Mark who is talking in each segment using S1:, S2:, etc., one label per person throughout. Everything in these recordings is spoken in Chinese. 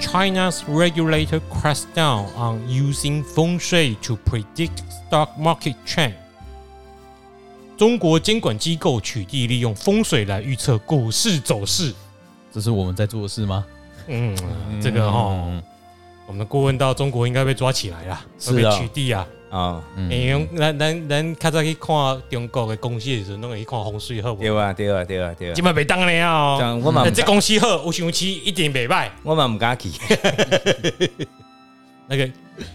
S1: China's regulator cracks down on using feng shui to predict stock market trend。中国监管机构取缔利用风水来预测股市走势。
S2: 这是我们在做的事吗？
S1: 嗯，这个哈，
S2: 嗯
S1: 我们的顾问到中国应该被抓起来啦，
S3: 是啊
S1: 会被取缔啊。
S3: 啊，
S1: 因为咱咱咱较早去看中国的公司的时候，拢会去看风水好无？
S3: 对啊，对啊，对啊，对啊
S1: 即，摆袂当了
S3: 这
S1: 哦。
S3: 样我嘛
S1: 那
S3: 不
S1: 这公司好，有想起一定袂歹。
S3: 我嘛唔敢去，
S1: 那个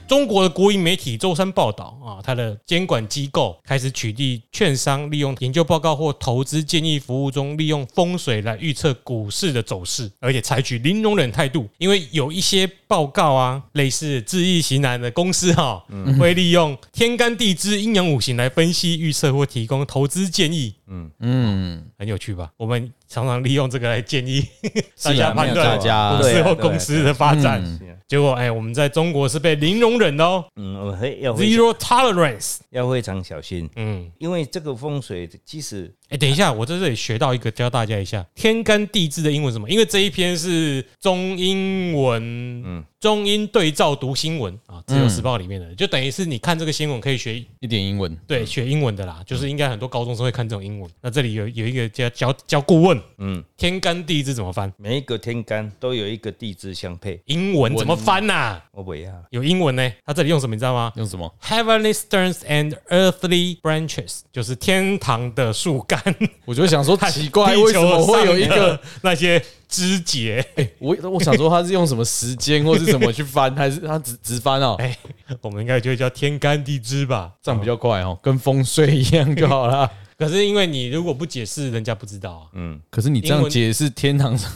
S1: 中国的国营媒体《周三报道》啊，它的监管机构开始取缔券商利用研究报告或投资建议服务中利用风水来预测股市的走势，而且采取零容忍态度。因为有一些报告啊，类似智易型男的公司哈、
S2: 嗯
S1: 会利用天干地支、阴阳五行来分析预测或提供投资建议，
S2: 嗯，
S1: 很有趣吧？我们常常利用这个来建议
S2: 是啊
S1: 大家
S2: 没
S1: 判
S2: 有
S1: 断
S2: 大家
S1: 股
S3: 对
S1: 市
S3: 啊
S1: 或
S3: 对啊
S1: 公司的发展。
S2: 嗯
S1: 结果，哎、我们在中国是被零容忍的哦
S3: 嗯，我会要非
S1: ，zero tolerance。
S3: 要非常小心，
S1: 嗯，
S3: 因为这个风水其实
S1: 哎、等一下，我在这里学到一个，教大家一下天干地支的英文是什么？因为这一篇是中英文，嗯，中英对照读新闻啊，《自
S3: 嗯
S1: 由时报》里面的，就等于是你看这个新闻可以学。
S2: 一点英文，
S3: 嗯
S1: 对，学英文的啦，就是应该很多高中生会看这种英文。那这里有有一个叫教教顾问，嗯
S3: 嗯，
S1: 天干地支怎么翻？
S3: 每一个天干都有一个地支相配，
S1: 英文怎么翻呐、
S3: 我不啊要，
S1: 有英文呢，他这里用什么你知道吗
S2: 用什么？
S1: ？Heavenly stones and earthly branches，就是天堂的树干。
S2: 我就想说
S1: 看
S2: 奇怪，
S1: 地
S2: 为
S1: 球
S2: 什么会有一
S1: 上
S2: 个？哎
S1: 的那些枝 节？
S2: 我我想说他是用什么时间或是怎么去翻，还是他直直翻哦？
S1: 哎，我们应该就会叫天干地支吧？
S2: 这样比较快哦，跟风水一样就好啦。
S1: 可是因为你如果不解释，人家不知道啊。
S3: 嗯，
S2: 可是你这
S1: 英
S2: 样
S1: 文
S2: 解释天堂上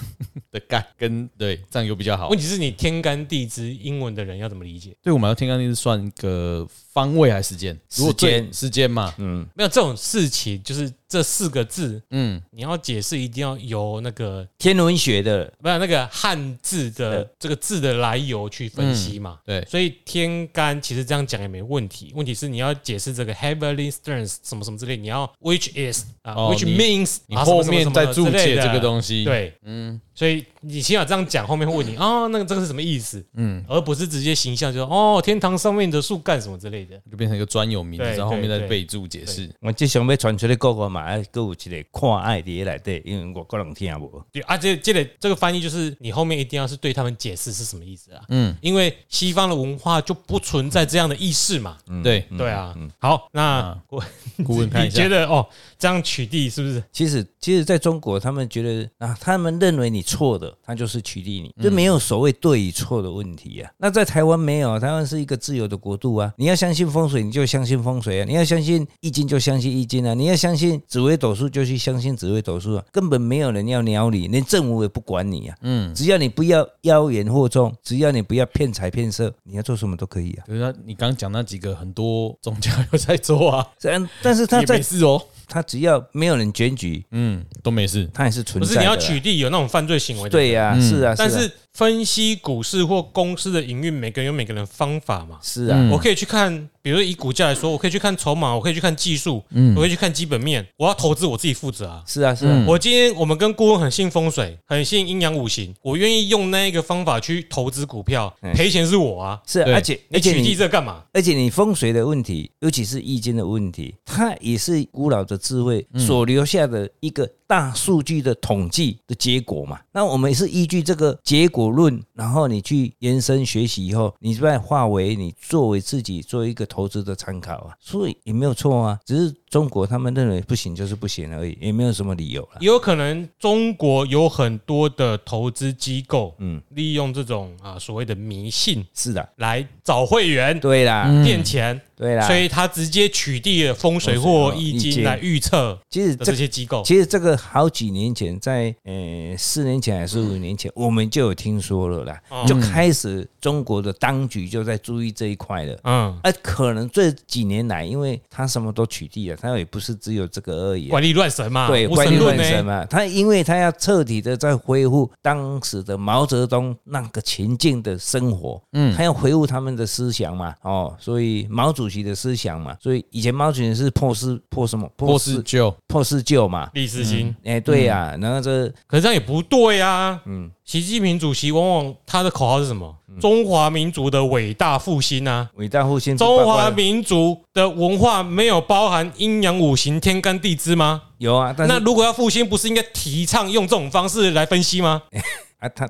S2: 的盖跟对，这样又比较好
S1: 问。题是你天干地支英文的人要怎么理解？
S2: 对，我们要天干地支算一个方位还是时间？嗯如果最
S3: 时间
S2: 时间嘛，
S1: 没有这种事情，就是这四个字，
S2: 嗯，
S1: 你要解释一定要由那个
S3: 天文学的
S1: 不是那个汉字的这个字的来由去分析嘛。
S2: 嗯对，
S1: 所以天干其实这样讲也没问题，问题是你要解释这个 heavenly stones 什么什么之类，你要 which is 啊、
S2: 哦
S1: which
S2: 你
S1: means
S2: 你
S1: 啊什么
S2: 后
S1: 什么什
S2: 面
S1: 么
S2: 再
S1: 之
S2: 注
S1: 类
S2: 解
S1: 的
S2: 这个东西，，
S1: 对，嗯，所以你起码这样讲，后面会问 你哦，那个这个是什么意思？嗯，而不是直接形象就说哦，天堂上面的树干什么之类的。
S2: 就变成一个专有名词，
S1: 对
S2: 然后后面
S1: 对
S2: 再
S1: 对
S2: 备注解释。
S3: 我即想要传出去各国嘛，啊还有一个看爱伫内底，因为我个人听无。
S1: 对啊，这这个这个翻译就是你后面一定要是对他们解释是什么意思啊，
S2: 嗯，
S1: 因为西方的文化就不存在这样的意识嘛。
S2: 对，
S1: 对啊，好，那
S2: 啊
S1: 我
S2: 顾问看
S1: 你
S2: 一下
S1: 觉，得哦，这样取缔是不是？
S3: 其实，其实在中国，他们觉得啊，他们认为你错的，他就是取缔你，就没有所谓对与错的问题啊。那在台湾没有，台湾是一个自由的国度啊。你要相信风水，你就相信风水啊；你要相信易经，就相信易经啊；你要相信紫微斗数，就去相信紫微斗数啊。根本没有人要鸟你，连政府也不管你啊。嗯，只要你不要妖言惑众，只要你不要骗财骗色，你要做什么都可以啊。
S2: 可是他你刚刚讲那几个很多宗教有在做啊，
S3: 但但是他
S2: 也没
S3: 在
S2: 事哦，
S3: 他只要没有人检举，
S2: 嗯，都没事。
S3: 他还是存
S1: 不
S3: 在
S1: 是
S3: 的
S1: 你
S3: 啊。
S1: 要取缔有那种犯罪行为的，
S3: 对呀、
S2: 嗯
S3: 是啊，
S1: 但
S3: 啊
S1: 是分析股市或公司的营运，每个人有每个人的方法嘛。
S3: 是啊，
S2: 嗯
S1: 我可以去看，比如说以股价来说，我可以去看筹码，我可以去看技术，我可以去看基本面。我要投资，我自己负责啊。
S3: 是啊，是啊，
S1: 我今天我们跟顾问很信风水，很信阴阳五行，我愿意用那一个方法去投资股票，
S3: 嗯
S1: 赔钱是我啊。
S3: 是啊，
S2: 对
S3: 而且
S1: 你
S3: 而且
S1: 取缔
S3: 你
S1: 这干嘛？
S3: 而且你风水的问题，尤其是易经的问题，它也是古老的智慧
S1: 嗯
S3: 所留下的一个大数据的统计的结果嘛。那我们也是依据这个结果论，然后你去延伸学习以后，你再化为你作为自己做一个投资的参考啊，所以也没有错啊。只是中国他们认为不行就是不行而已，也没有什么理由了。
S1: 也有可能中国有很多的投资机构，嗯
S3: 嗯，
S1: 利用这种啊所谓的迷信
S3: 是的，
S1: 来找会员
S3: 对啦，
S1: 骗钱，
S3: 对啊啦。
S1: 嗯所以他直接取缔了风水或易经来预测
S3: 其实
S1: 的
S3: 这
S1: 这些机构。
S3: 其实哦这个好几年前，在呃四年前还是五年前，
S1: 嗯
S3: 我们就有听说了啦，
S1: 哦
S3: 就开始中国的当局就在注意这一块了。
S1: 嗯，
S3: 而可能这几年来，因为他什么都取缔了，他也不是只有这个而已啊、
S1: 怪力乱神嘛，
S3: 对，
S1: 无
S3: 怪力
S1: 神论欸
S3: 乱
S1: 呢、
S3: 神嘛，他因为他要彻底的在恢复当时的毛泽东那个情境的生活，嗯，他要恢复他们的思想嘛，哦，所以毛主席的思想嘛，所以以前毛主席是破四破什么
S2: 波士旧，
S3: 破四旧嘛，
S1: 历史性心。
S3: 哎，对呀、
S2: 嗯
S3: 然后这
S1: 可是这样也不对啊。嗯，习近平主席往往他的口号是什么？
S3: 嗯
S1: 中华民族的伟大复兴啊！
S3: 伟大复兴不包
S1: 中
S3: 括
S1: 华民族的文化没有包含阴阳五行、天干地支吗？
S3: 有啊，但是
S1: 那如果要复兴，不是应该提倡用这种方式来分析吗？
S3: 啊，他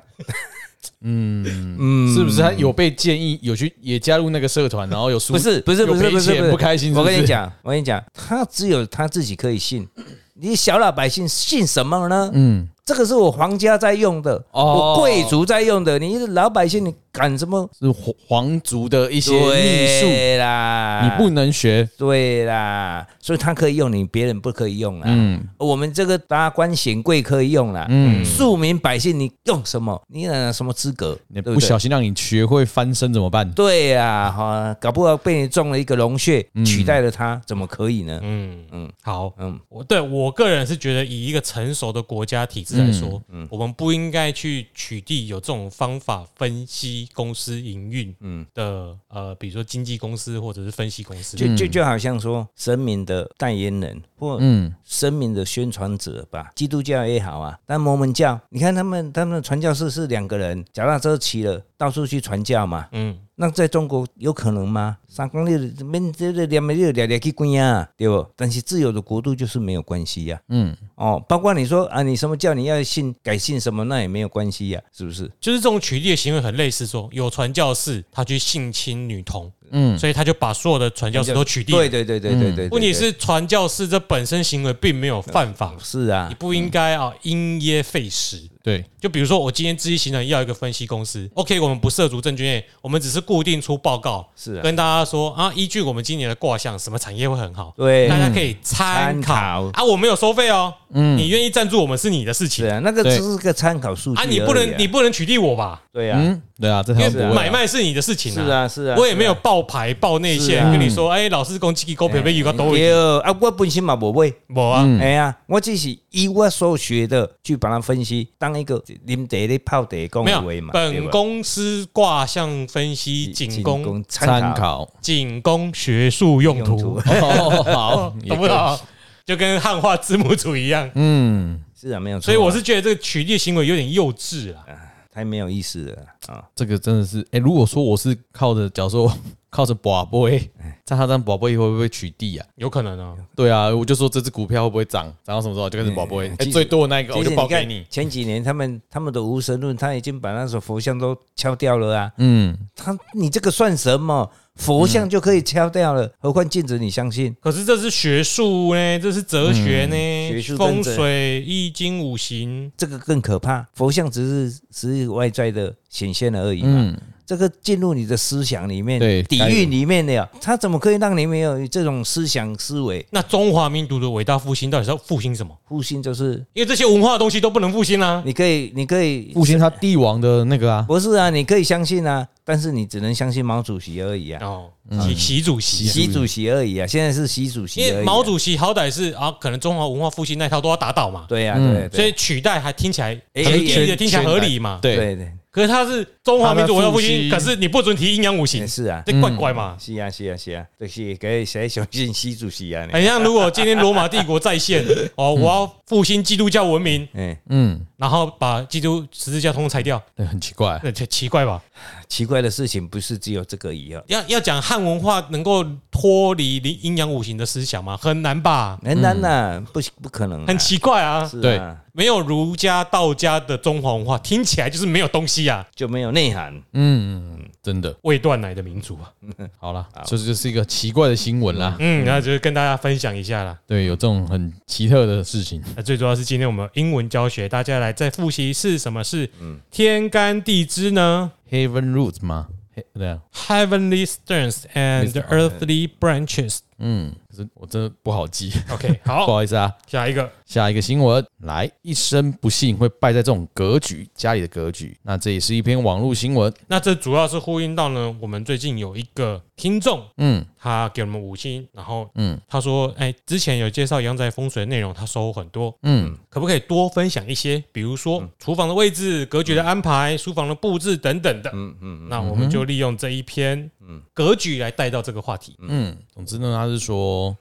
S3: 嗯
S2: 是不是？他有被建议，有去也加入那个社团，然后有输
S3: 不是不是
S2: 有
S3: 不是
S2: 赔
S3: 不是
S2: 钱
S3: 是
S2: 不开心是
S3: 我
S2: 不是
S3: 跟你讲，我跟你讲，他只有他自己可以信，你小老百姓信什么呢？
S2: 嗯，
S3: 这个是我皇家在用的，
S2: 哦
S3: 我贵族在用的，你老百姓你敢什么？
S2: 是皇皇族的一些秘
S3: 对啦，
S2: 术，你不能学。
S3: 对啦，所以他可以用你，别人不可以用啦。啊
S2: 嗯
S3: 我们这个达官显贵可以用啦，
S2: 嗯，
S3: 庶民百姓你用什么？你哪有什么资格？
S2: 你
S3: 对不
S2: 不
S3: 对
S2: 小？心让你学会翻身怎么办？
S3: 对呀，哈，搞不好被你中了一个龙穴，
S2: 嗯
S3: 取代了他，怎么可以呢？
S1: 嗯嗯
S3: 嗯，
S1: 好，
S3: 嗯，
S1: 我对我个人是觉得，以一个成熟的国家体制来说，
S3: 嗯
S1: 我们不应该去取缔有这种方法分析公司营运，嗯的呃，比如说经纪公司或者是分析公司，
S3: 就就就好像说神明的代言人或
S2: 嗯，
S3: 神明的宣传者吧，基督教也好啊，但摩门教，你看他们他们的传教士是两个人脚踏车骑了到处去传教嘛，
S1: 嗯，
S3: 那在中国有可能吗？三公六免这个两面六两两去关啊，对不？但是自由的国度就是没有关系呀、
S2: 嗯，
S3: 哦，包括你说啊，你什么教你要信改信什么，那也没有关系呀、是不是？
S1: 就是这种取缔的行为很类似说有传教士他去性侵女童，嗯，
S2: 嗯
S1: 所以他就把所有的传教士都取
S3: 对
S1: 缔了。嗯
S3: 对对对对对对
S1: 问题是传教士这本身行为并没有犯法，
S3: 是啊
S1: 你，不应该啊因噎废食。
S2: 对，
S1: 就比如说，我今天自己行人要一个分析公司，OK，我们不涉足证券业，我们只是固定出报告，
S3: 是啊
S1: 跟大家说啊，依据我们今年的卦象，什么产业会很好，
S3: 对
S1: 大家可以参
S3: 参
S1: 考
S3: 考嗯
S1: 啊，我没有收费哦，你愿意赞助我们是你的事
S3: 是
S1: 情
S3: 啊，那个
S2: 对
S3: 只是个参考数据、
S1: 啊，
S3: 而
S1: 你不
S3: 已
S1: 能你不能取缔我吧，
S3: 对啊，
S2: 嗯，对啊，这
S1: 因
S2: 他
S1: 为
S2: 们不会啊
S1: 买卖是你的事情
S3: 是啊是啊，
S1: 我也没
S3: 是啊
S1: 有爆牌爆内线
S3: 是啊
S1: 跟你说，哎，老师攻击股票被预告都
S3: 对
S1: 有，
S3: 啊，我本身嘛无买，
S1: 我啊，
S2: 嗯
S3: 哎呀，我只是以我所学的去把它分析，当一个啉茶咧泡茶讲
S1: 没
S3: 的
S1: 有
S3: 话嘛，对
S1: 本
S3: 吧
S1: 公司卦象分析仅供
S2: 参。考。
S1: 仅供学术用
S3: 用
S1: 途
S3: 途。
S2: 哦， 好，也
S1: 懂不
S2: 可以
S1: 懂？就跟汉化字幕组一样，
S2: 嗯，
S3: 是啊，没有错啊，
S1: 所以我是觉得这个取缔行为有点幼稚
S3: 嗯
S1: 啊。
S3: 太没有意思了啊！
S2: 这个真的是，哎、如果说我是靠着，假如说我 靠着宝贝，在他当宝贝会不会取缔啊？
S1: 有可能啊，
S2: 对啊，我就说这只股票会不会涨，涨到什么时候就开始宝贝，哎、
S3: 嗯其实
S2: 最多的那一个
S3: 其
S2: 我
S3: 实
S2: 就报给
S3: 看
S2: 你。
S3: 前几年他们他们的无神论，他已经把那所佛像都敲掉了啊！
S2: 嗯，
S3: 他你这个算什么？佛像就可以敲掉了，何况禁止你相信？
S1: 可是这是学术呢，这是哲学
S3: 嗯学
S1: 呢，
S3: 术
S1: 风
S3: 跟哲
S1: 水、易经、五行，
S3: 这个更可怕，佛像只是只是外在的显现而已嘛。
S2: 嗯，
S3: 这个进入你的思想里面，
S2: 对
S3: 底蕴里面的呀，他怎么可以让你没有这种思想思维？
S1: 那中华民族的伟大复兴到底是要复兴什么？
S3: 复兴就是
S1: 因为这些文化的东西都不能复兴啊啦、
S3: 你可以，你可以
S2: 复兴他帝王的那个啊，
S3: 不是啊，你可以相信啊，但是你只能相信毛主席而已啊，
S1: 哦，习习主席啊，
S3: 习主席而已啊，现在是习主席
S1: 因
S3: 而
S1: 为
S3: 已啊、
S1: 毛主席好歹是啊，可能中华文化复兴那一套都要打倒嘛，
S3: 对呀、
S2: 嗯
S3: 对，对
S1: 所以取代还听起来，
S3: 哎
S1: 可是
S3: 全
S1: 听起来合理嘛。
S3: 对
S2: 啊对，
S3: 对对
S1: 可是他是中华民族文化复兴，
S2: 他
S1: 可
S2: 的复兴
S1: 是你不准提阴阳五行
S3: 也，是啊，
S1: 这怪怪嘛。
S3: 是啊，是啊，是啊，就是给谁相信习主席
S2: 嗯
S3: 啊？
S1: 很哎像如果今天罗马帝国再现，哦，我要复兴基督教文明，
S3: 哎、
S2: 嗯，
S1: 然后把基督十字架通通裁掉，
S2: 对，很奇怪，
S1: 那这奇怪吧？
S3: 奇怪的事情不是只有这个以后，
S1: 要要讲汉文化能够脱离阴阳五行的思想吗？很难吧？
S3: 很难呐，哎不不可能、啊，
S1: 很奇怪啊，
S3: 是
S2: 对
S3: 啊，
S1: 没有儒家、道家的中华文化，听起来就是没有东西啊，
S3: 就没有内涵。
S2: 嗯，真的，
S1: 未断奶的民族啊。
S2: 好了，这就是一个奇怪的新闻啦。
S1: 嗯，然后就是跟大家分享一下啦。
S2: 对，有这种很奇特的事情，
S1: 那最主要是今天我们英文教学，大家来再复习一次什么是天干地支呢？
S2: Heaven Roots 吗？嘿对啊，
S1: heavenly stems and
S2: Mr.
S1: earthly branches。
S2: 嗯，可是我真的不好记，
S1: OK，
S2: 不
S1: 好，
S2: 好意思啊。
S1: 下一个
S2: 下一个新闻，来，一生不幸会败在这种格局，家里的格局。那这也是一篇网络新闻，
S1: 那这主要是呼应到呢，我们最近有一个听众，
S2: 嗯，
S1: 他给我们五星，然后嗯
S2: 嗯，
S1: 他说，哎，之前有介绍阳宅风水的内容，他收获很多，嗯
S2: 嗯，
S1: 可不可以多分享一些，比如说厨房的位置、格局的安排、书房的布置等等的，嗯嗯，那我们就利用这一篇格局来带到这个话题，
S2: 嗯，总之呢，他是说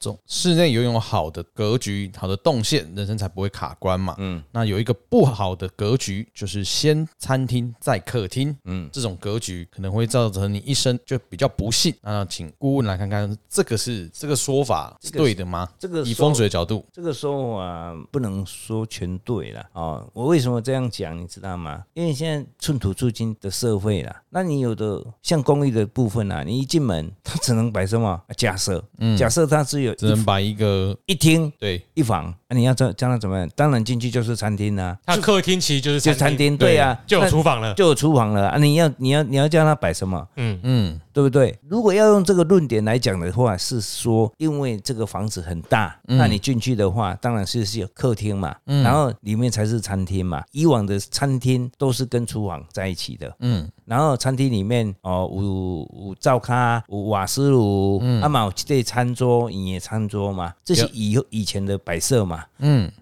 S2: 重，室内拥有好的格局、好的动线，人生才不会卡关嘛。嗯，那有一个不好的格局，就是先餐厅再客厅，嗯，这种格局可能会造成你一生就比较不幸。那请顾问来看看，这个是这个说法是对的吗？
S3: 这个
S2: 以
S3: 说
S2: 风水的角度，
S3: 这个说法不能说全对啦。哦，我为什么这样讲，你知道吗？因为现在寸土寸金的社会啦，那你有的像公寓的部分啊，你一进门，它只能摆什么啊假设，假设它只有
S2: 只
S3: 一
S2: 能把一个
S3: 一厅
S2: 对
S3: 一房，那你要这将来怎么样？当然进去就是餐厅啦、
S1: 它客厅其实就是
S3: 就餐厅对啊
S1: 就有
S3: 那
S1: 厨房了。
S3: 就有厨房了啊！你要你要你要叫他摆什么？
S1: 嗯
S3: 嗯，对不对？如果要用这个论点来讲的话，是说因为这个房子很大，
S1: 嗯
S3: 那你进去的话，当然是是有客厅嘛，然后里面才是餐厅嘛。以往的餐厅都是跟厨房在一起的，嗯，然后餐厅里面哦有有灶咖、有瓦斯炉，啊嘛有一对餐桌、营业餐桌嘛，这是以后以前的摆设嘛，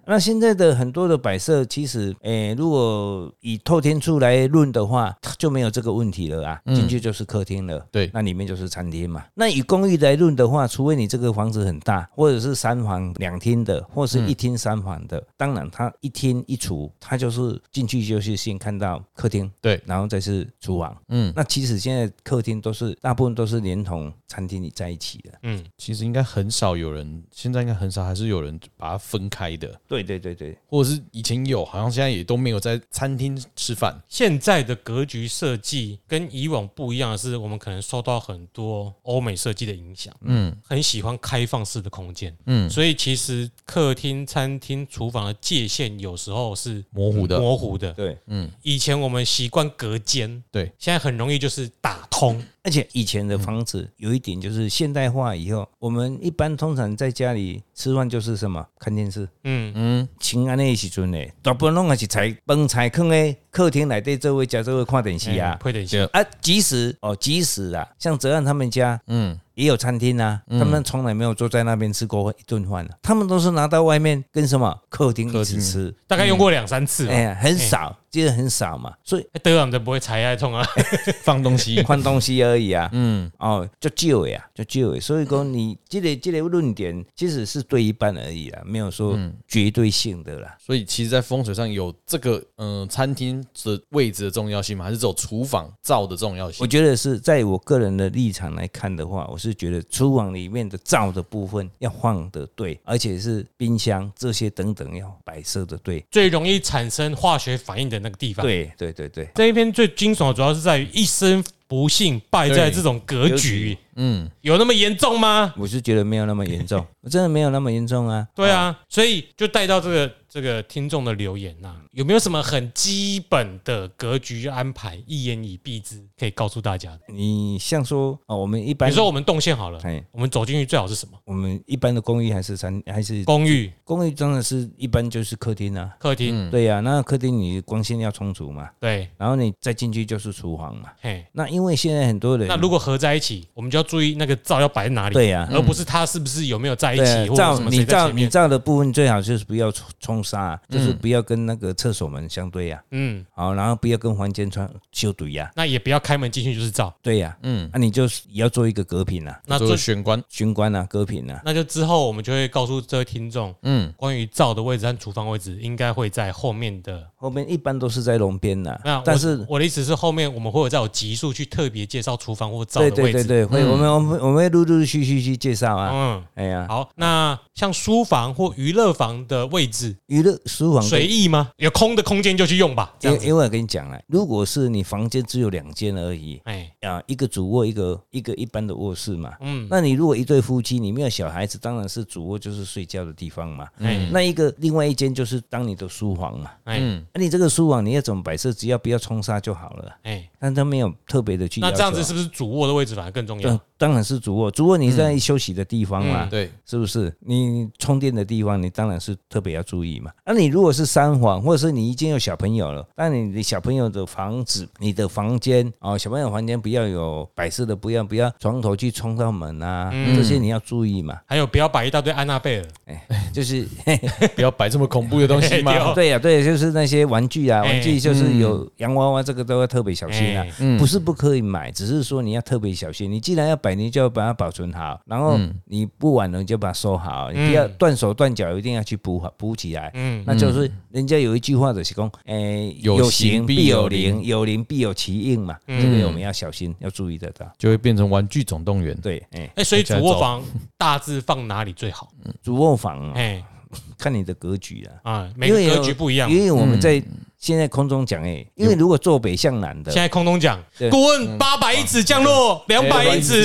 S3: 那现在的很多的摆设，其实，诶、如果以透天处来论的话，它就没有这个问题了啊，进去就是客厅了，
S2: 对
S3: 那里面就是餐厅嘛。那以公寓来论的话，除非你这个房子很大，或者是三房两厅的，或是一厅三房的，当然它一厅一厨，它就是进去就是先看到客厅，
S2: 对，
S3: 然后再是厨房，
S2: 嗯，
S3: 那其实现在客厅都是大部分都是连同餐厅里在一起的。
S1: 嗯，
S2: 其实应该很少有人，现在应该很少还是有人把它分开的。
S3: 对对对对，
S2: 或者是以前有，好像现在也都没有在餐厅吃饭。
S1: 现在的格局设计跟以往不一样的是，我们可能受到很多欧美设计的影响，嗯，很喜欢开放式的空间，嗯，所以其实客厅、餐厅、厨房的界限有时候是
S2: 模糊的
S1: 模糊的。
S3: 对，
S1: 以前我们习惯隔间，
S2: 对，
S1: 现在很容易就是打通，
S3: 而且以前的房子有一点就是现代化以后，我们一般通常在家里吃饭就是什么看电视。
S1: 嗯
S3: 请安的时阵呢，大部分拢也是菜饭菜放在客厅内底做位食做位看电
S1: 哎
S3: 视啊。
S1: 会等一下，
S3: 啊，即使哦，即使啊，像泽安他们家，嗯，也有餐厅啊，他们从来没有坐在那边吃过一顿饭的，啊他们都是拿到外面跟什么客厅一起吃，
S1: 大概用过两三次吧哎
S3: 哎。呀，很少，其实很少嘛，所以，
S1: 德朗的不会踩爱痛啊，
S2: 放东西
S3: 换东西而已啊。嗯，哦，就旧呀，就旧的。所以讲你这个这个论点其实是对一半而已啦，啊没有说绝对性的啦。
S2: 所以其实，在风水上有这个嗯、呃餐厅的位置的重要性吗？还是只有厨房灶的重要
S3: 我
S2: 性？
S3: 觉得是在我个人的立场来看的话，我是觉得厨房里面的灶的部分要放的对，而且是冰箱这些等等要摆设的对。
S1: 最容易产生化学反应的那个地方。
S3: 对对对对，
S1: 这一篇最惊悚的主要是在于一生不幸败在这种格
S3: 格
S1: 局
S3: 局，
S2: 嗯，
S1: 有那么严重吗？
S3: 我是觉得没有那么严 重，我真的没有那么严重啊。
S1: 对啊，所以就带到这个这个听众的留言呐、啊有没有什么很基本的格局安排，一言以蔽之，可以告诉大家的？
S3: 你像说啊、哦，我们一
S1: 比
S3: 般
S1: 如说我们动线好了
S3: 哎，
S1: 我们走进去最好是什么？
S3: 我们一般的公寓还是三还是
S1: 公寓、
S3: 公寓，真的是一般就是客厅啊。
S1: 客厅，
S3: 对呀、那客厅你光线要充足嘛，
S1: 对，
S3: 然后你再进去就是厨房嘛。
S1: 嘿。
S3: 那因为现在很多人，
S1: 那如果合在一起，我们就要注意那个灶要摆在哪里，
S3: 对呀、
S1: 而不是它是不是有没有在一
S3: 对啊
S1: 起，或者
S3: 照
S1: 什么
S3: 你
S1: 谁在
S3: 照
S1: 前
S3: 你
S1: 面。
S3: 照的部分最好就是不要冲冲杀、就是不要跟那个厕所门相对呀、
S1: 嗯，
S3: 好，然后不要跟房间窗相对呀、
S1: 那也不要开门进去就是灶，
S3: 对呀、嗯，那、你就是也要做一个隔屏啊，
S1: 那
S2: 做
S1: 最
S2: 个玄关，
S3: 玄关啊，隔屏啊，
S1: 那就之后我们就会告诉这位听众，嗯，关于灶的位置和厨房位置，应该会在后面的。
S3: 后面一般都是在笼边呐、
S1: 那我
S3: 但是
S1: 我的意思是，后面我们会有在有集数去特别介绍厨房或灶
S3: 对
S1: 的位
S3: 对
S1: 置。
S3: 对对，会、我们我们我们会陆陆续续去介绍啊，
S1: 嗯，
S3: 哎呀，
S1: 好，那像书房或娱乐房的位置
S3: 娱乐书房
S1: 随意吗？有空的空间就去用吧，这样
S3: 因为
S1: 子。
S3: 因为我跟你讲了，如果是你房间只有两间而已
S1: 哎，
S3: 啊，一个主卧，一个一个一般的卧室嘛，
S1: 嗯，
S3: 那你如果一对夫妻，你没有小孩子，当然是主卧就是睡觉的地方嘛。
S1: 哎，
S3: 那一个另外一间就是当你的书房嘛。
S1: 哎，
S3: 那、你这个书房你要怎么摆设，只要不要冲杀就好了。
S1: 哎，
S3: 但他没有特别的去
S1: 那
S3: 要
S1: 这样
S3: 求
S1: 子
S3: 啊
S1: 是不是主卧的位置反而更重要
S3: 对？，当然是主卧，主卧你在
S1: 嗯
S3: 休息的地方
S1: 啊
S3: 嘛，
S2: 对，
S3: 是不是？你充电的地方，你当然是特别要注意嘛。啊那、你如果是三房，或者是你已经有小朋友了，那你的小朋友的房子、你的房间哦，小朋友房间不要有摆设的，不要不要床头去冲到门啊，这些你要注意嘛。
S1: 还有不要摆一大堆安娜贝尔，
S3: 就是
S2: 不要摆这么恐怖的东西
S1: 对哦
S2: 嘛。
S3: 对呀、对，就是那些玩具啊，
S1: 哎
S3: 玩具就是有洋娃娃，这个都要特别小心啊
S1: 哎。
S3: 不是不可以买，只是说你要特别小心。你既然要摆摆，你就要把它保存好，然后
S1: 嗯
S3: 你不晚了你就把它收好，你不要断手断脚，一定要去补好补起来。
S1: 嗯，
S3: 那就是人家有一句话就是讲，诶，
S2: 有
S3: 形
S2: 形必
S3: 必有
S2: 有
S3: 灵，
S2: 灵
S3: 有灵必有其应嘛。
S1: 嗯
S3: 这个我们要小心，要注意得到。
S2: 就会变成玩具总动员。
S3: 对，哎，
S1: 哎，所以
S2: 我现
S1: 主
S2: 在
S1: 卧
S2: 走
S1: 房大致放哪里最好？
S3: 主卧房哦
S1: 哎
S3: 看你的格局啦，
S1: 啊，每个
S3: 因为
S1: 格
S3: 有
S1: 局不一样。嗯
S3: 因为我们在现在空中讲，哎，因为如果坐北向南的
S1: 现，在空中讲
S3: 对，嗯
S1: 顾问八百英尺降落，两百英尺，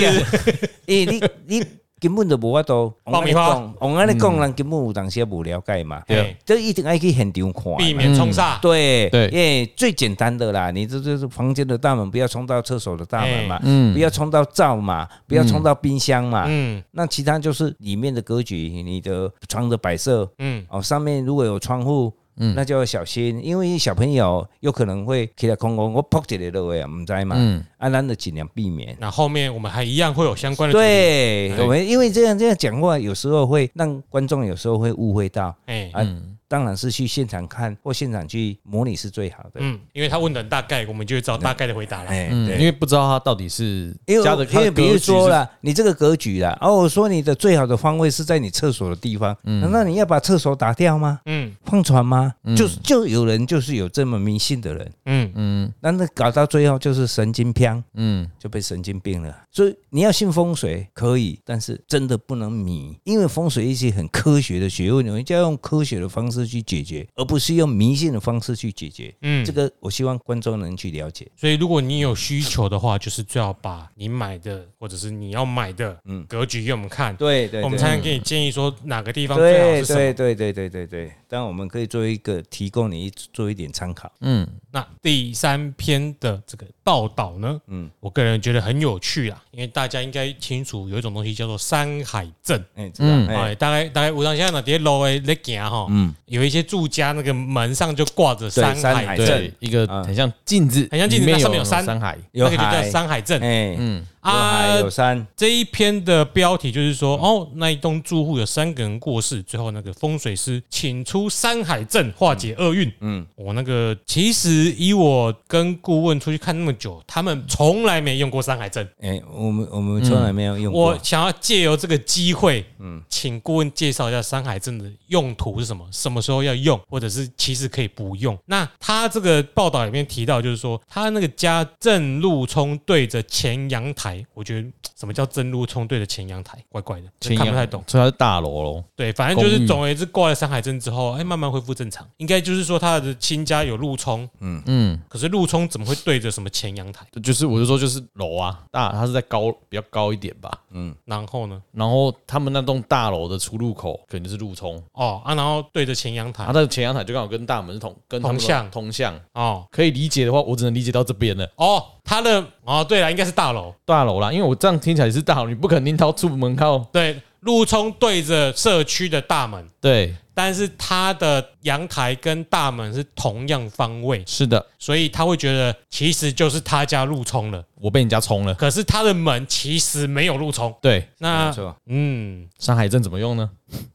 S3: 诶，你你根本就无法度。
S1: 爆米花嗯
S3: 我跟你讲，人根本有当时也无了解嘛，
S2: 对
S1: 哎
S3: 这一定爱去现场看嘛。
S1: 避免冲煞。
S3: 嗯对
S2: 对
S3: 因为最简单的啦，你这就是房间的大门，不要冲到厕所的大门嘛，不要冲到灶嘛，不要冲到冰箱嘛。
S1: 哎嗯
S3: 那其他就是里面的格局，你的床的摆设
S1: 嗯，
S3: 哦，上面如果有窗户。那就要小心，因为小朋友有可能会起来空空，我扑起来都会啊，唔知道
S1: 嗯
S3: 嘛，
S2: 嗯
S3: 啊，咱就尽量避免。
S1: 那后面我们还一样会有相关的主题，
S3: 对，
S2: 对
S3: 我们因为这样这样讲话，有时候会让观众有时候会误会到，
S1: 哎
S2: 嗯
S3: 啊当然是去现场看或现场去模拟是最好的。
S1: 嗯，因为他问的很大概，我们就会知道大概的回答了。
S3: 哎，
S2: 嗯，
S3: 对
S2: 因为不知道它到底是
S3: 因为
S2: 家的
S3: 因
S2: 它
S3: 为
S2: 的格
S3: 比如
S2: 局
S3: 说
S2: 是
S3: 啦，你这个格局啦，哦，我说你的最好的方位是在你厕所的地方，
S2: 嗯
S3: 难道你要把厕所打掉吗？
S1: 嗯
S3: 放船吗？就就有人就是有这么迷信的人，
S1: 嗯嗯，
S3: 那那搞到最后就是神经病，
S2: 嗯，
S3: 就被神经病了。所以你要信风水可以，但是真的不能迷，因为风水一些很科学的学问，我们就要用科学的方式去解决，而不是用迷信的方式去解决。
S1: 嗯
S3: 这个我希望观众能去了解。
S1: 所以如果你有需求的话，就是最好把你买的或者是你要买的格局给我们看，
S3: 嗯对对
S1: 我们才能给你建议说哪个地方最好
S3: 对
S1: 是什么
S3: 对。对对对对对，当然我们可以做一个提供你一做一点参考。
S2: 嗯，
S1: 那第三篇的这个报道呢，嗯，我个人觉得很有趣啦，因为大家应该清楚有一种东西叫做山海镇。
S3: 哎，知道哎，
S1: 哎，大概大概，我当现在呢，底下路诶咧行吼，嗯，有一些住家那个门上就挂着山
S3: 山
S1: 海
S3: 海
S1: 镇，
S2: 对，一个很像镜子，
S1: 哎很像镜子
S2: 里面
S1: 那上面有
S2: 有
S1: 山
S2: 山海，
S1: 那
S3: 啊有
S1: 个就叫
S3: 海，
S1: 山海镇
S3: 哎，
S2: 嗯，
S3: 有
S1: 啊
S3: 海。有山，
S1: 这一篇的标题就是说，哦，那一栋住户有三个人过世，最后那个风水师请出山海镇化解厄运。嗯，我那个其实以我跟顾问出去看那么久，他们从来没用过山海镇。
S3: 哎，我们我们从来没有用
S1: 嗯
S3: 过
S1: 我。想要借由这个机会，嗯，请顾问介绍一下山海镇的用途是什么，什么时候要用，或者是其实可以不用。那他这个报道里面提到，就是说他那个家正路冲对着前阳台，我觉得什么叫正路冲对着前阳台，怪怪的，
S2: 前
S1: 看不
S2: 阳
S1: 太懂。
S2: 所以它是大楼喽。
S1: 对，反正就是
S2: 公寓
S1: 总而言之，挂了山海镇之后，哎，慢慢恢复正常。应该就是说他的新家有路冲，
S2: 嗯，
S1: 可是路冲怎么会对着什么前阳台？
S2: 就是我就说就是楼啊，大它是在高比较高一点吧。
S1: 然后呢？
S2: 然后他们那栋大楼的出入口可能就是路冲，
S1: 哦啊，然后对着前阳台
S2: 它的前阳台就刚好跟大门是同跟他们
S1: 同向
S2: 同向。
S1: 哦。
S2: 可以理解的话，我只能理解到这边了。
S1: 哦，他的哦，对了，应该是大楼，
S2: 大楼啦，因为我这样听起来是大楼，你不可能拎到出门靠。
S1: 对，路冲对着社区的大门，
S2: 对，
S1: 但是他的阳台跟大门是同样方位，
S2: 是的，
S1: 所以他会觉得其实就是他家路冲了，
S2: 我被人家冲了。
S1: 可是他的门其实没有路冲。
S2: 对，
S1: 那
S3: 没错
S1: 嗯，
S2: 山海镇怎么用呢？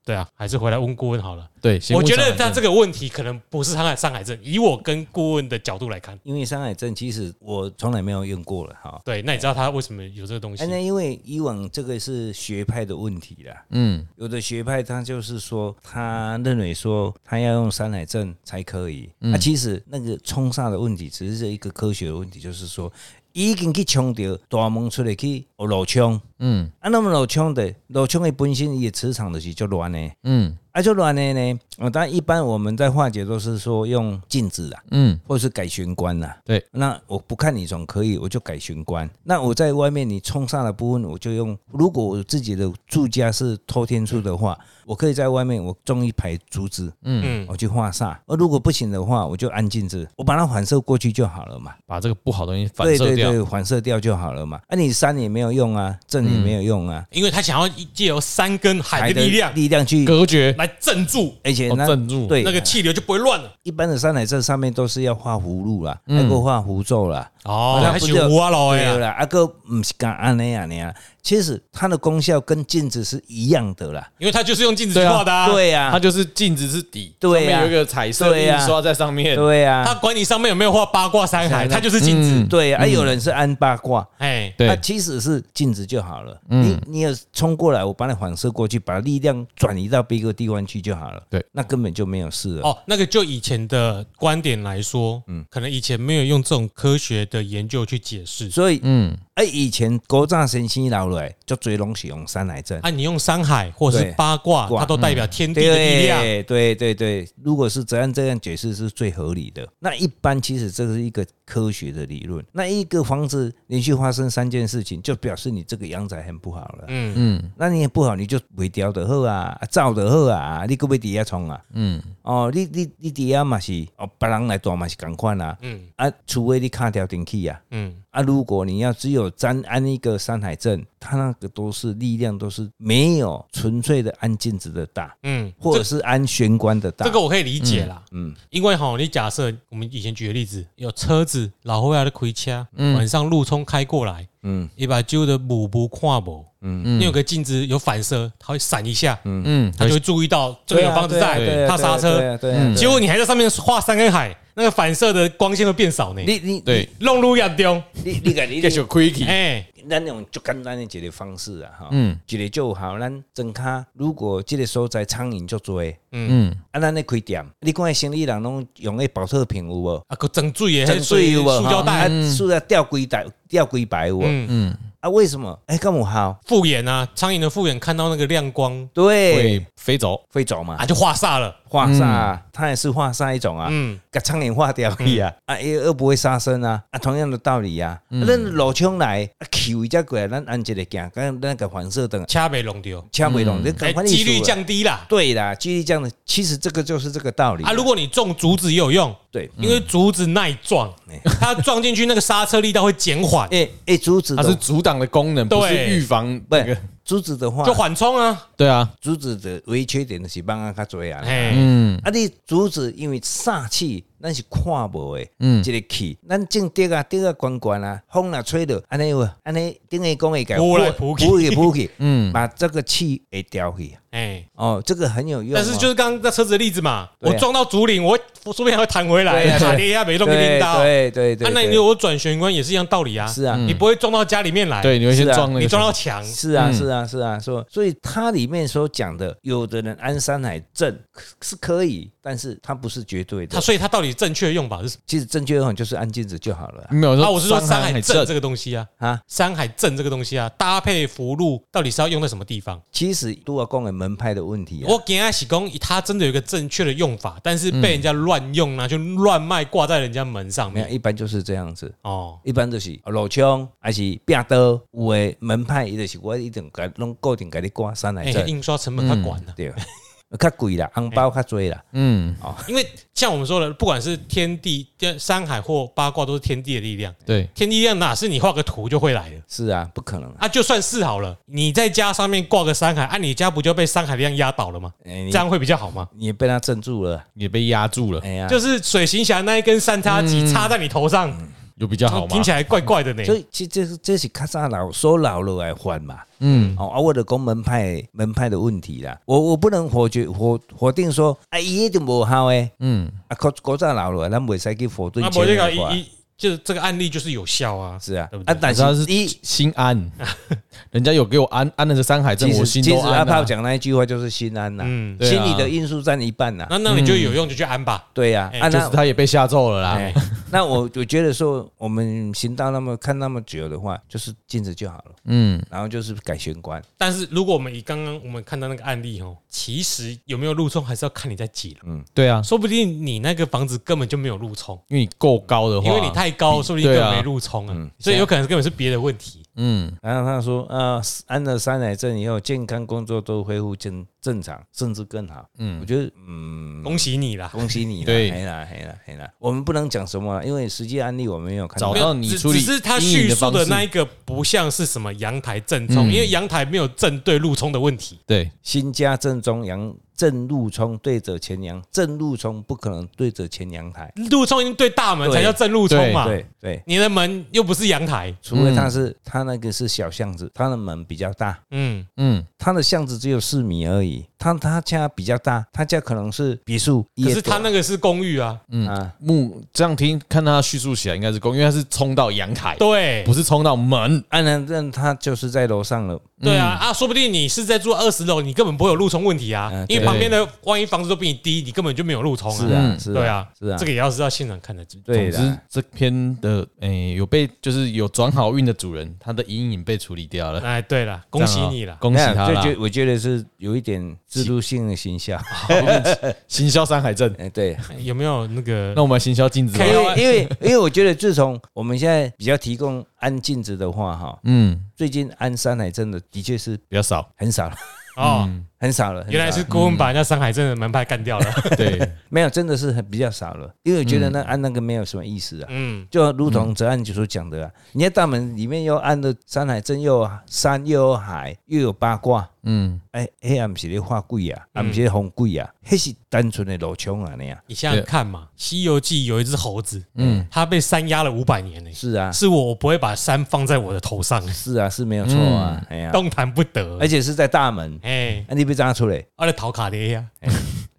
S1: 对啊，还是回来问顾问好了。
S2: 对，先
S1: 我
S2: 问
S1: 觉
S2: 山
S1: 得
S2: 海
S1: 他
S2: 镇
S1: 这个问题可能不是他在上海镇，以我跟顾问的角度来看，
S3: 因为山海镇其实我从来没有用过了哈。
S1: 对，那你知道他为什么有这个东西
S3: 哎，？那因为以往这个是学派的问题啦，
S2: 嗯，
S3: 有的学派他就是说，他认为说他要用山海镇才可以。那、其实那个冲煞的问题，只是一个科学的问题，就是说已经去冲掉大门出来去有漏冲，嗯，啊，那么漏冲的漏冲的本身也磁场就是就乱的，
S2: 嗯
S3: 啊，就乱的呢。啊，当然一般我们在化解都是说用镜子啊，
S2: 嗯，
S3: 或是改玄关呐、
S2: 对，
S3: 那我不看你总可以，我就改玄关。那我在外面你冲上的部分，我就用。如果我自己的住家是偷天柱的话，我可以在外面我种一排竹子，
S1: 嗯，
S3: 我去化煞。而如果不行的话，我就安镜子，我把它反射过去就好了嘛。
S2: 把这个不好的东西反
S3: 对
S2: 射
S3: 对
S2: 掉。
S3: 对，反射掉就好了嘛。啊，你山也没有用啊，镇也没有用啊，
S2: 嗯
S1: 因为他想要借由山跟海
S3: 海
S1: 的
S3: 的
S1: 力量
S3: 力量去，
S2: 隔绝，
S1: 来镇住
S3: 而且
S2: 哦
S3: 那
S2: 镇住
S3: 对
S1: 那个气流就不会乱了。
S2: 嗯
S3: 一般的山海镇上面都是要画符箓啦，能够画符咒啦，
S1: 哦，
S3: 那
S1: 还
S3: 不
S1: 是
S3: 就
S1: 五啊老哎
S3: 对
S1: 呀，
S3: 啦，啊个唔是讲安尼啊尼啊，其实它的功效跟镜子是一样的啦。
S1: 因为它就是用镜子去画的啊，
S3: 对呀、
S2: 它就是镜子是底，
S3: 对
S2: 上
S3: 啊
S2: 面有一个彩色
S3: 对
S2: 印
S3: 啊
S2: 刷在上面，
S3: 对呀、
S1: 它嗯管你上面有没有画八卦山海，
S3: 啊
S1: 它就是镜子，
S3: 对啊，有人是安八卦，
S1: 哎，
S2: 对
S3: 它其实是镜子就好了。
S1: 嗯
S3: 你你有冲过来，我把你反射过去，把力量转移到别个地方去就好了。
S2: 对，
S3: 那根本就没有事了。
S1: 哦，那个就以前的观点来说，嗯，可能以前没有用这种科学的研究去解释。
S3: 所以，
S2: 嗯，
S3: 哎，以前国战神仙老来，就最拢是用山来镇。
S1: 啊，你用山海或是
S3: 对
S1: 八卦，
S3: 卦
S1: 它都代表天地的力量。
S3: 对对对对，如果是只按这样解释是最合理的。那一般其实这是一个科学的理论。那一个房子连续发生三件事情，就表示你这个阳宅很不好了。
S1: 嗯
S3: 嗯，那你也不好，你就尾雕的好啊，造的好啊，你个要底下冲啊。嗯，哦，你你你底下嘛是哦，别人来住嘛是共款啊。
S1: 嗯
S3: 啊，除非你卡掉电器啊。
S1: 嗯，
S3: 啊，如果你要只有沾安一个山海镇，它那个都是力量都是没有纯粹的安镜子的大。
S1: 嗯，
S3: 或者是安玄关的大，
S1: 这个我可以理解啦，
S3: 嗯
S1: 因为哈，你假设我们以前举的例子，有车子老回来的盔车，晚上路冲开过来，
S3: 嗯
S1: 你把旧的母不跨不，
S3: 嗯
S1: 你有个镜子有反射，它会闪一下，
S2: 嗯，
S1: 它就会注意到这个有房子在，它刹车，，
S3: 啊对啊，
S1: 结果你还在上面画山跟海，那个反射的光线会变少呢。
S3: 你你
S2: 对，
S1: 弄路亚中，
S3: 你你个你
S2: 继续开启，
S1: 哎，
S3: 咱用最简单的一个方式啊，哈，
S2: 嗯
S3: 一个就好，咱睁开，如果这个所在苍蝇足多，
S2: 嗯，
S3: 啊，咱咧开店，你看生意人拢用迄保特瓶有无？
S1: 啊个整水也
S3: 整水有无？
S1: 塑胶
S3: 哈
S1: 袋，
S3: 啊塑料吊几袋，吊几排有无？
S1: 嗯，
S3: 啊，为什么？哎，干么好？
S1: 复眼啊，苍蝇的复眼看到那个亮光
S3: 对，
S2: 会飞走，
S3: 会走嘛
S1: 啊，？就化煞了，
S3: 化煞啊，它也是化煞一种啊。
S1: 嗯，
S3: 甲苍蝇化掉去啊，啊又又不会杀生啊，啊同样的道理啊，啊咱老枪来，啊气位才过来，咱按一个行，咱咱个反射灯，
S1: 掐被弄掉，
S3: 敲袂动，你
S1: 哎
S3: 赶快，
S1: 几率，降低啦。
S3: 啊对啦，几率降的，其实这个就是这个道理
S1: 啊，如果你种竹子也有用，
S3: 对，
S1: 因为竹子耐撞，
S3: 嗯
S1: 它撞进去那个刹车力道会减缓，
S3: 诶诶，竹子
S2: 它
S3: 哎的
S2: 啊是阻挡的功能，不是
S1: 对
S2: 预防
S3: 不
S2: 那个，
S3: 竹子的话
S1: 就，缓冲啊。
S2: 对啊，
S3: 竹子的唯一缺点就是蚊啊较多啊，
S1: 哎，
S2: 嗯
S3: 啊，你竹子因为煞气，咱是看无的，嗯，一个气，咱正直啊，直啊，悬悬啊，风若吹着，安尼有无，安尼顶下讲会改，
S1: 扑来扑去
S3: 扑去扑去，
S2: 嗯，
S3: 把这个气给叼去。
S1: 哎，
S3: 哦，这个很有用哦、
S1: 但是就是刚刚那车子的例子嘛，
S3: 对
S1: 我
S3: 啊
S1: 撞到竹林，我说不定还会弹回来
S3: 对，啊
S1: 卡跌一下没弄给拎到。啊，
S3: 对对对对，
S1: 那你如果转玄关也是一样道理啊，
S3: 是啊
S1: 你不会撞到家里面来，
S2: 嗯对，你会先
S3: 是啊
S2: 撞那个，
S1: 哎你撞到墙，
S3: 是啊
S2: 嗯
S3: 是啊是啊，说、所以它里面所讲的，有的人安山海镇是可以，但是它不是绝对
S1: 它
S3: 的。
S1: 所以它到底正确的用法是什么？
S3: 其实正确用法就是按镜子就好了啊
S2: 没有
S1: 啊，我是说山海镇这
S2: 正，
S1: 个东西啊，
S3: 啊。
S1: 山海镇这个东西啊，搭配符箓到底是要用在什么地方？
S3: 其实都要讲的门派的问题、啊，
S1: 我给他喜功，它真的有一个正确的用法，但是被人家乱用啊，就乱卖挂在人家门上
S3: 没有
S1: 面。
S3: 一般就是这样子。
S1: 哦，
S3: 一般就是老枪，还是壁刀，有的门派伊就是我一定给拢固定给你挂山海
S1: 哎，
S3: 镇，
S1: 印刷成本他管了，
S3: 对， 较贵啦，红包较多啦，
S2: 嗯，
S1: 因为像我们说的，不管是天地、山海或八卦，都是天地的力量。
S2: 对，
S1: 天地力量哪是你画个图就会来的
S3: 是啊，不可能啊，
S1: 啊？就算是好了，你在家上面挂个山海，啊，你家不就被山海力量压倒了吗？
S3: 哎
S1: 这
S3: 你
S1: 样会比较好吗？
S3: 你也被他镇住了，
S2: 也被压住了，
S3: 哎呀，
S1: 就是水行侠那一根三叉戟插在你头上，嗯
S2: 有比较好吗
S1: 听？起来怪怪的呢。
S3: 嗯所以其实这是这是较早老收老了来还嘛。
S2: 嗯，
S3: 哦啊，我的讲门派门派的问题啦，我我不能否决否否定说啊，伊一定无效诶。
S2: 嗯，
S3: 啊，国国早老了，咱袂使去否定
S1: 那我
S3: 前
S1: 这个
S3: 人的话
S1: 一一就是这个案例就是有效啊，
S3: 是啊
S1: 对不，对
S3: 啊，但
S2: 他是
S3: 是一
S2: 心安，人家有给我安安的这山海镇，
S3: 其
S2: 我
S3: 实
S2: 心
S3: 其
S2: 都
S3: 实
S1: 啊
S2: 安啊
S3: 阿
S2: 了
S3: 炮。讲那一句话就是心安呐，
S1: 嗯
S2: 对
S3: 心
S2: 啊嗯
S3: 理的因素占一半呐。
S1: 那那你就有用就去安吧。
S3: 对呀，
S1: 哎
S3: 啊
S2: 就是
S3: 那
S2: 他也被吓咒了啦
S3: 哎。那我我觉得说我们行到那么看那么久的话，就是镜子就好了，
S2: 嗯，
S3: 然后就是改玄关。
S1: 但是如果我们以刚刚我们看到那个案例哦，其实有没有路冲还是要看你在几楼，
S2: 对啊，
S1: 说不定你那个房子根本就没有路冲，
S2: 因为你够高的话，
S1: 因为你太高，说不定
S2: 对
S1: 根
S2: 啊
S1: 本没路冲啊，所以有可能根本是别的问题。
S2: 嗯
S3: 然后他说，呃，安了三奶症以后，健康工作都恢复正正常，甚至更好。嗯，我觉得，嗯，
S1: 恭喜你啦！
S3: 恭喜你啦，
S2: 对
S3: 黑啦黑啦黑啦，我们不能讲什么啊啦，因为实际案例我们没有看到
S2: 找。到你
S1: 只
S2: 处理
S1: 只是他
S2: 阴
S1: 叙
S2: 影的
S1: 述
S2: 方式
S1: 的那一个不像是什么阳台正冲，因为阳台没有正对路冲的问题。
S2: 对，
S3: 新家正中阳正路冲对着前阳，正路冲不可能对着前阳台。
S1: 路冲一定对大门才叫正路冲嘛，
S3: 对对，
S1: 你的门又不是阳台，
S3: 除非它是它那个是小巷子，它的门比较大，
S1: 嗯，
S2: 嗯，
S3: 它的巷子只有四米而已。它它家比较大，它家可能是别墅，
S1: 可
S3: 也
S1: 是他那个是公寓啊，
S3: 嗯啊，
S2: 木这样听看他叙述起来应该是公，因为他是冲到阳台，
S1: 对
S2: 不是冲到门。
S3: 安然正啊它就是在楼上了。
S1: 对啊啊，说不定你是在住二十楼，你根本不会有路冲问题啊
S3: 嗯，
S1: 因为
S2: 对
S1: 旁边的万一房子都比你低，你根本就没有路冲
S3: 是
S1: 啊，
S3: 啊
S2: 嗯
S3: 是
S1: 对，啊，
S3: 是啊
S1: 这个也要是要现场看得见，
S3: 对
S2: 总之
S3: 的，
S2: 这篇的诶、有被就是有转好运的主人，他的阴影被处理 掉了，哦
S1: 哎，对了，恭喜 你了，
S2: 恭喜
S3: 那
S2: 他
S3: 就
S2: 啦！
S3: 觉我觉得是有一点制度性的形象。
S2: 行销山海镇，
S3: 哎，对，
S1: 有没有那个
S2: 那我们来行销镜子 吧
S1: 可以
S3: 因
S1: 啊
S3: 为因为因为我觉得自从我们现在比较提供安镜子的话，哈，
S2: 嗯，
S3: 最近安山海真的的确是
S2: 比较少。
S3: 很少了，
S1: 哦？
S3: 很少了。很少了
S1: 原来是顾问把人家山海镇的门牌干掉了，
S2: 对，
S3: 没有，真的是很比较少了，因为我觉得
S2: 嗯
S3: 那按那个没有什么意思啊。
S1: 嗯，
S3: 就如同哲案就所讲的啊，
S2: 嗯
S3: 你在大门里面又按了山海镇，又有山又有海，又有八卦，
S2: 嗯，
S3: 哎，迄也毋是咧画鬼啊，也
S1: 嗯
S3: 毋是咧红鬼啊，迄是单纯的路冲啊，那样。
S1: 你想想看嘛，《西游记》有一只猴子，嗯，它被山压了五百年呢，
S3: 是啊，
S1: 是我，我不会把山放在我的头上，
S3: 是啊，是没有错
S2: 嗯
S3: 啊，哎呀，
S1: 动弹不得，
S3: 而且是在大门，
S1: 哎，
S3: 啊，你被抓出来，
S1: 我的头卡爹呀，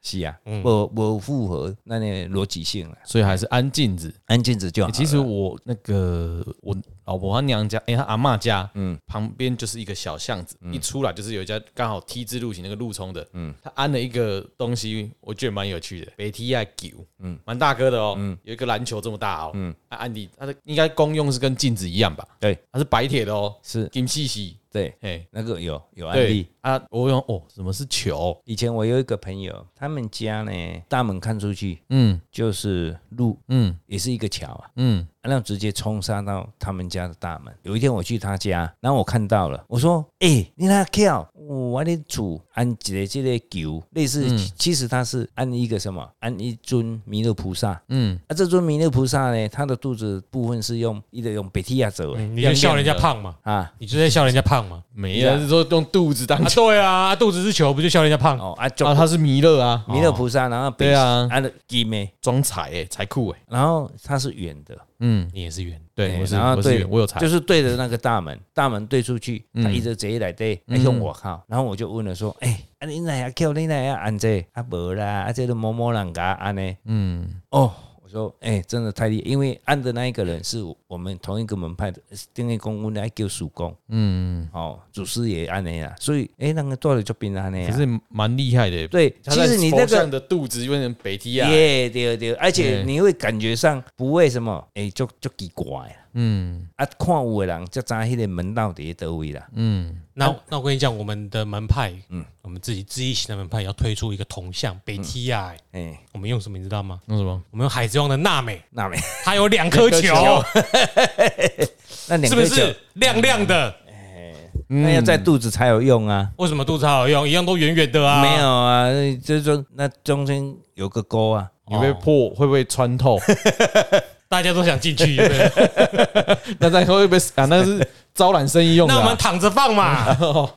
S3: 是啊，
S2: 嗯
S3: 无无符合那那逻辑性了，
S2: 所以还是安镜子。
S3: 安静子就
S2: 欸
S3: 好了。
S2: 其实我那个我老婆她娘家，哎、她阿嬷家，嗯
S3: 嗯，
S2: 旁边就是一个小巷子，一出来就是有一家刚好 T 字路型那个路冲的，嗯，她安了一个东西，我觉得蛮有趣的，北 T 亚九，嗯，蛮大个的哦，有一个篮球这么大哦，嗯，啊、安迪，它的应该功用是跟镜子一样吧，
S3: 对，
S2: 它是白铁的哦，
S3: 是
S2: 金细细，
S3: 对，
S2: 哎，
S3: 那个有有案
S2: 对
S3: 例。
S2: 啊，我用哦，什么是球？
S3: 以前我有一个朋友，他们家呢，大门看出去
S2: 嗯
S3: 就是路，
S2: 嗯
S3: 也是一个桥啊，
S2: 嗯，
S3: 然后直接冲杀到他们家的大门。有一天我去他家，然后我看到了，我说：“哎、你那跳，我的主按一个这个球，类似，
S2: 嗯
S3: 其实他是按一个什么，按一尊弥勒菩萨。
S2: 嗯
S3: 嗯，啊，这尊弥勒菩萨呢，他的肚子部分是用一个用北提亚走的、
S1: 嗯你就笑人家胖嘛，
S3: 啊，
S1: 你就在笑人家胖嘛，
S2: 没有，是说用肚子当
S1: 啊，
S2: 球，
S1: 对啊，肚子是球，不就笑人家胖？
S3: 哦啊，就
S2: 啊，它是弥勒啊，
S3: 弥勒菩萨，然后北
S2: 对啊
S3: 按了鸡妹，
S2: 装彩哎，才酷哎，
S3: 然后它是圆的，
S2: 嗯。
S1: 你也是圆，
S2: 对，
S3: 哎
S2: 我是
S3: 然后
S2: 我是
S3: 对
S2: 有我有查，嗯
S3: 就是对着那个大门，大门对出去，他一直直接来对，来向我靠，然后我就问了说，哎、啊你哪要叫你哪要按这啊无啦，啊这都某某人家按呢，
S2: 嗯
S3: 哦。我说，哎、真的太厉害，因为按的那一个人是我们同一个门派的，是定义公公来叫主公
S2: 嗯，
S3: 哦，祖师爷按的呀，所以，哎、那个做了就变安的
S2: 可
S3: 呀，
S2: 是蛮厉害的。，
S3: 对，其实你那个
S2: 的肚子有点北踢啊，
S3: 耶，对对，
S2: 对
S3: 而且你会感觉上不为什么，哎、就就奇怪啊，
S2: 嗯
S3: 啊，看有的人就知迄个门到底在倒位啦，
S2: 嗯
S1: 那那我跟你讲，我们的门派，嗯，我们自己自己型的门派要推出一个铜像北梯亚、欸
S3: 哎、
S1: 我们用什么你知道吗？
S2: 那什么？
S1: 我们用海贼王的娜美，
S3: 那没，
S1: 它有两颗球，
S2: 两
S3: 那两
S1: 是不
S3: 个球嗯
S1: 是亮亮的？
S3: 那要在肚子才有用啊。
S1: 为什么肚子好用？一样都圆圆的啊？
S3: 没有啊，就是说那中间有个沟啊，
S2: 你会破会不会穿 透？
S1: 大家都想进去。对不对
S2: 那那会不会啊？那是招揽生意用的
S1: 那我们
S2: 啊，
S1: 躺着放嘛，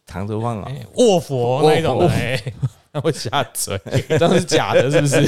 S3: 躺着放了。
S1: 卧佛那一种的，
S2: 卧佛
S1: 哎
S2: 那会下垂，这样是假的，是不 是？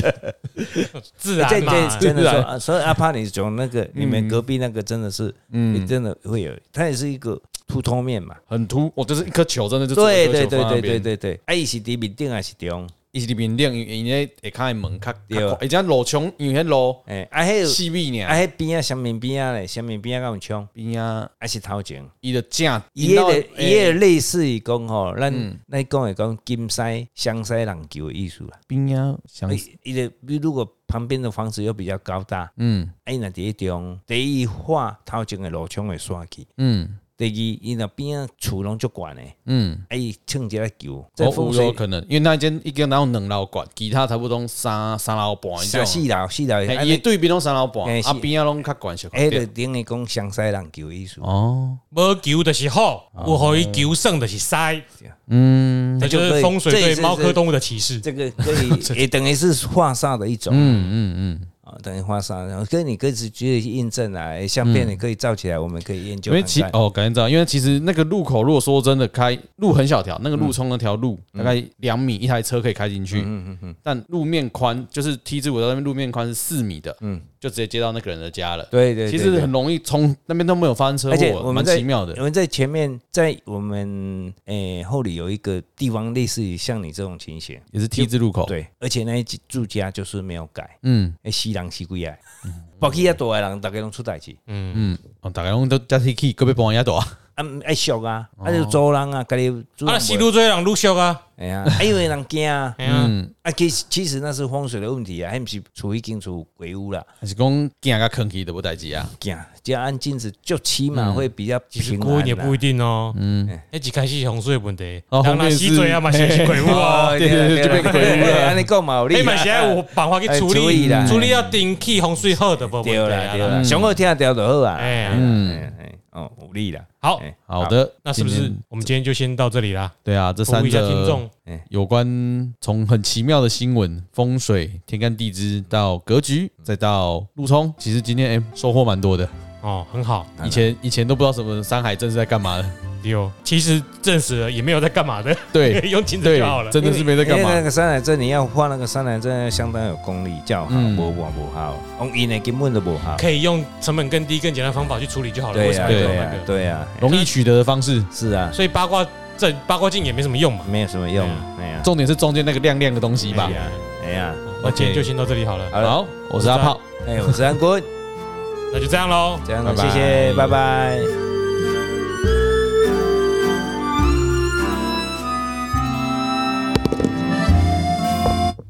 S1: 自
S3: 这
S1: 然
S3: 这
S1: 嘛。
S3: 真的
S2: 自
S3: 说
S2: 然
S3: 啊，所以阿帕，你从那个你们隔壁那个真的是，嗯，真的会有，它也是一个秃头面嘛。
S2: 很凸，我就是一颗球，真的就
S3: 对对对对对
S2: 对，
S3: 对对，啊，伊是伫面顶还是中？
S2: 一起面亮，因为会看门较
S3: 对
S2: 较宽，人家路穷，因为那路
S3: 哎，啊迄有
S2: 细密
S3: 啊
S2: 呢，
S3: 迄边啊，上面边啊嘞，上面边啊，敢有冲，
S2: 边啊，
S3: 还是头前？
S2: 伊的哎嗯正，
S3: 伊迄
S2: 引
S3: 个
S2: 到
S3: 伊迄个类似于讲吼，咱咱讲诶讲金狮、香狮、人球的意思啦。
S2: 边啊，想
S3: 伊伊个你如果旁边的房子又比较高大，
S2: 嗯
S3: 啊，伊若第一中，第一画头前的路窗会刷去，
S2: 嗯
S3: 第二伊若边啊厝拢足悬诶，
S2: 嗯。
S3: 啊，伊蹭一个球，
S2: 这
S3: 这
S2: 风
S3: 风
S2: 哦有
S3: 水
S2: 可能，因为那一间一间然后两楼管，其他差不多三三楼半这
S3: 三
S2: 种。
S3: 四楼四楼，
S2: 哎
S3: 啊，
S2: 伊的对比拢三楼半，
S3: 哎是
S2: 啊边啊拢较管小块
S3: 迄
S2: 点。
S3: 个等于讲香狮人球的意思，
S2: 哦，
S1: 无球就是好，有互伊球胜就是塞，
S2: 嗯
S1: 这就是风水
S3: 这也
S1: 对
S3: 是
S1: 啊猫科动物的歧视。
S3: 这个可以也等于是画煞的一种
S2: 嗯嗯嗯，
S3: 啊，等于花沙，然后跟你各自举例印证啊，诶相片你可以照起来，我们可以研究
S2: 因为其
S3: 看看。
S2: 哦，感觉知道，因为其实那个路口，如果说真的开路很小条，那个路冲那条路、
S3: 嗯
S2: 大概两米，一台车可以开进去。嗯嗯嗯。但路面宽就是梯字，我在那边路面宽是四米的，嗯，就直接接到那个人的家了。
S3: 对对，对
S2: 其实
S3: 对
S2: 很容易冲那边都没有发生车
S3: 而且
S2: 祸，
S3: 我
S2: 哦蛮
S3: 们在
S2: 奇妙的
S3: 我。们在前面，在我们诶、后里有一个地方，类似于像你这种情形，
S2: 也是 T 字路口，，
S3: 对，而且那一住家就是没有改，
S2: 嗯
S3: 诶，西人西鬼啊， 包起一大的人，大家拢出代志，
S2: 嗯，哦，大概拢都加 T K，隔壁帮人家躲啊，
S3: 啊，爱俗啊，
S2: 哦
S3: 啊就租人啊，家己租人
S1: 啊，
S3: 买
S1: 西路追人路修啊，
S3: 哎呀，啊因为人惊啊，
S1: 哎呀，
S3: 啊，其实其实那是风水的问题啊，还不是处于进出鬼屋啦，
S2: 还是讲惊个坑去都不代志啊。
S3: 惊，只要按镜子，就起码会比较
S1: 其实
S3: 平
S1: 过一
S3: 安
S1: 年
S3: 啦
S1: 不一定哦，嗯
S3: 哎，
S1: 那一开始洪水的问题，
S2: 哦
S1: 人
S2: 后
S1: 那
S2: 面
S1: 洗
S2: 是
S1: 水啊嘛，洗洗鬼屋 啊，
S3: 哦
S2: 对对对
S3: 啦
S2: 就变鬼屋了
S3: 对啦安尼讲嘛有理
S1: 哎
S3: 啦，
S1: 嘛是要有办法去处
S3: 啊哎处理
S1: 理
S3: 啦，
S1: 处理要顶起洪水好的无问题
S3: 对啦对啦，
S1: 啊。
S3: 上好听掉就好啊。
S1: 哎
S3: 嗯，哎哦，有力啦。
S1: 好，
S3: 哎
S2: 好，的，
S1: 那是不
S2: 今
S1: 是
S2: 天
S1: 我们今天就先到这里啦？
S2: 对啊？这
S1: 服
S2: 三
S1: 务一下
S2: 个
S1: 听众，
S2: 有关从很奇妙的新闻、风水、天干地支到格局，
S1: 嗯
S2: 再到路冲，其实今天哎、收获蛮多的。
S1: 哦，很好，
S2: 以前以前都不知道什么山海镇是在干嘛 的，
S1: 有，其实证实了也没有在干嘛的，
S2: 对
S1: 用镜子
S2: 对
S1: 就好，了。
S2: 真的是没在干
S3: 因为那
S2: 嘛。
S3: 个山海镇，你要画那个山海镇，要相当有功力，叫好，
S2: 嗯
S3: 无画不好，用因的根本都不好。
S1: 可以用成本更低、更简单的方法去处理就好了。
S3: 对
S1: 为什
S3: 呀，
S1: 么要
S3: 对
S1: 用
S3: 呀
S1: 那，个？
S3: 对呀，
S2: 容易取得的方式，
S3: 是啊，
S1: 所以八卦阵、八卦镜也没什么用嘛。
S3: 没有什么用啊。哎呀，
S2: 重点是中间那个亮亮的东西吧
S1: 哎。呀
S3: 哎呀，
S1: 那今天就先到这里好了，
S3: 好了，
S2: 好，我是阿炮。
S3: 哎，我是安坤，
S1: 那就这样喽。
S3: 这样了，
S2: 拜拜
S3: 谢谢，拜拜。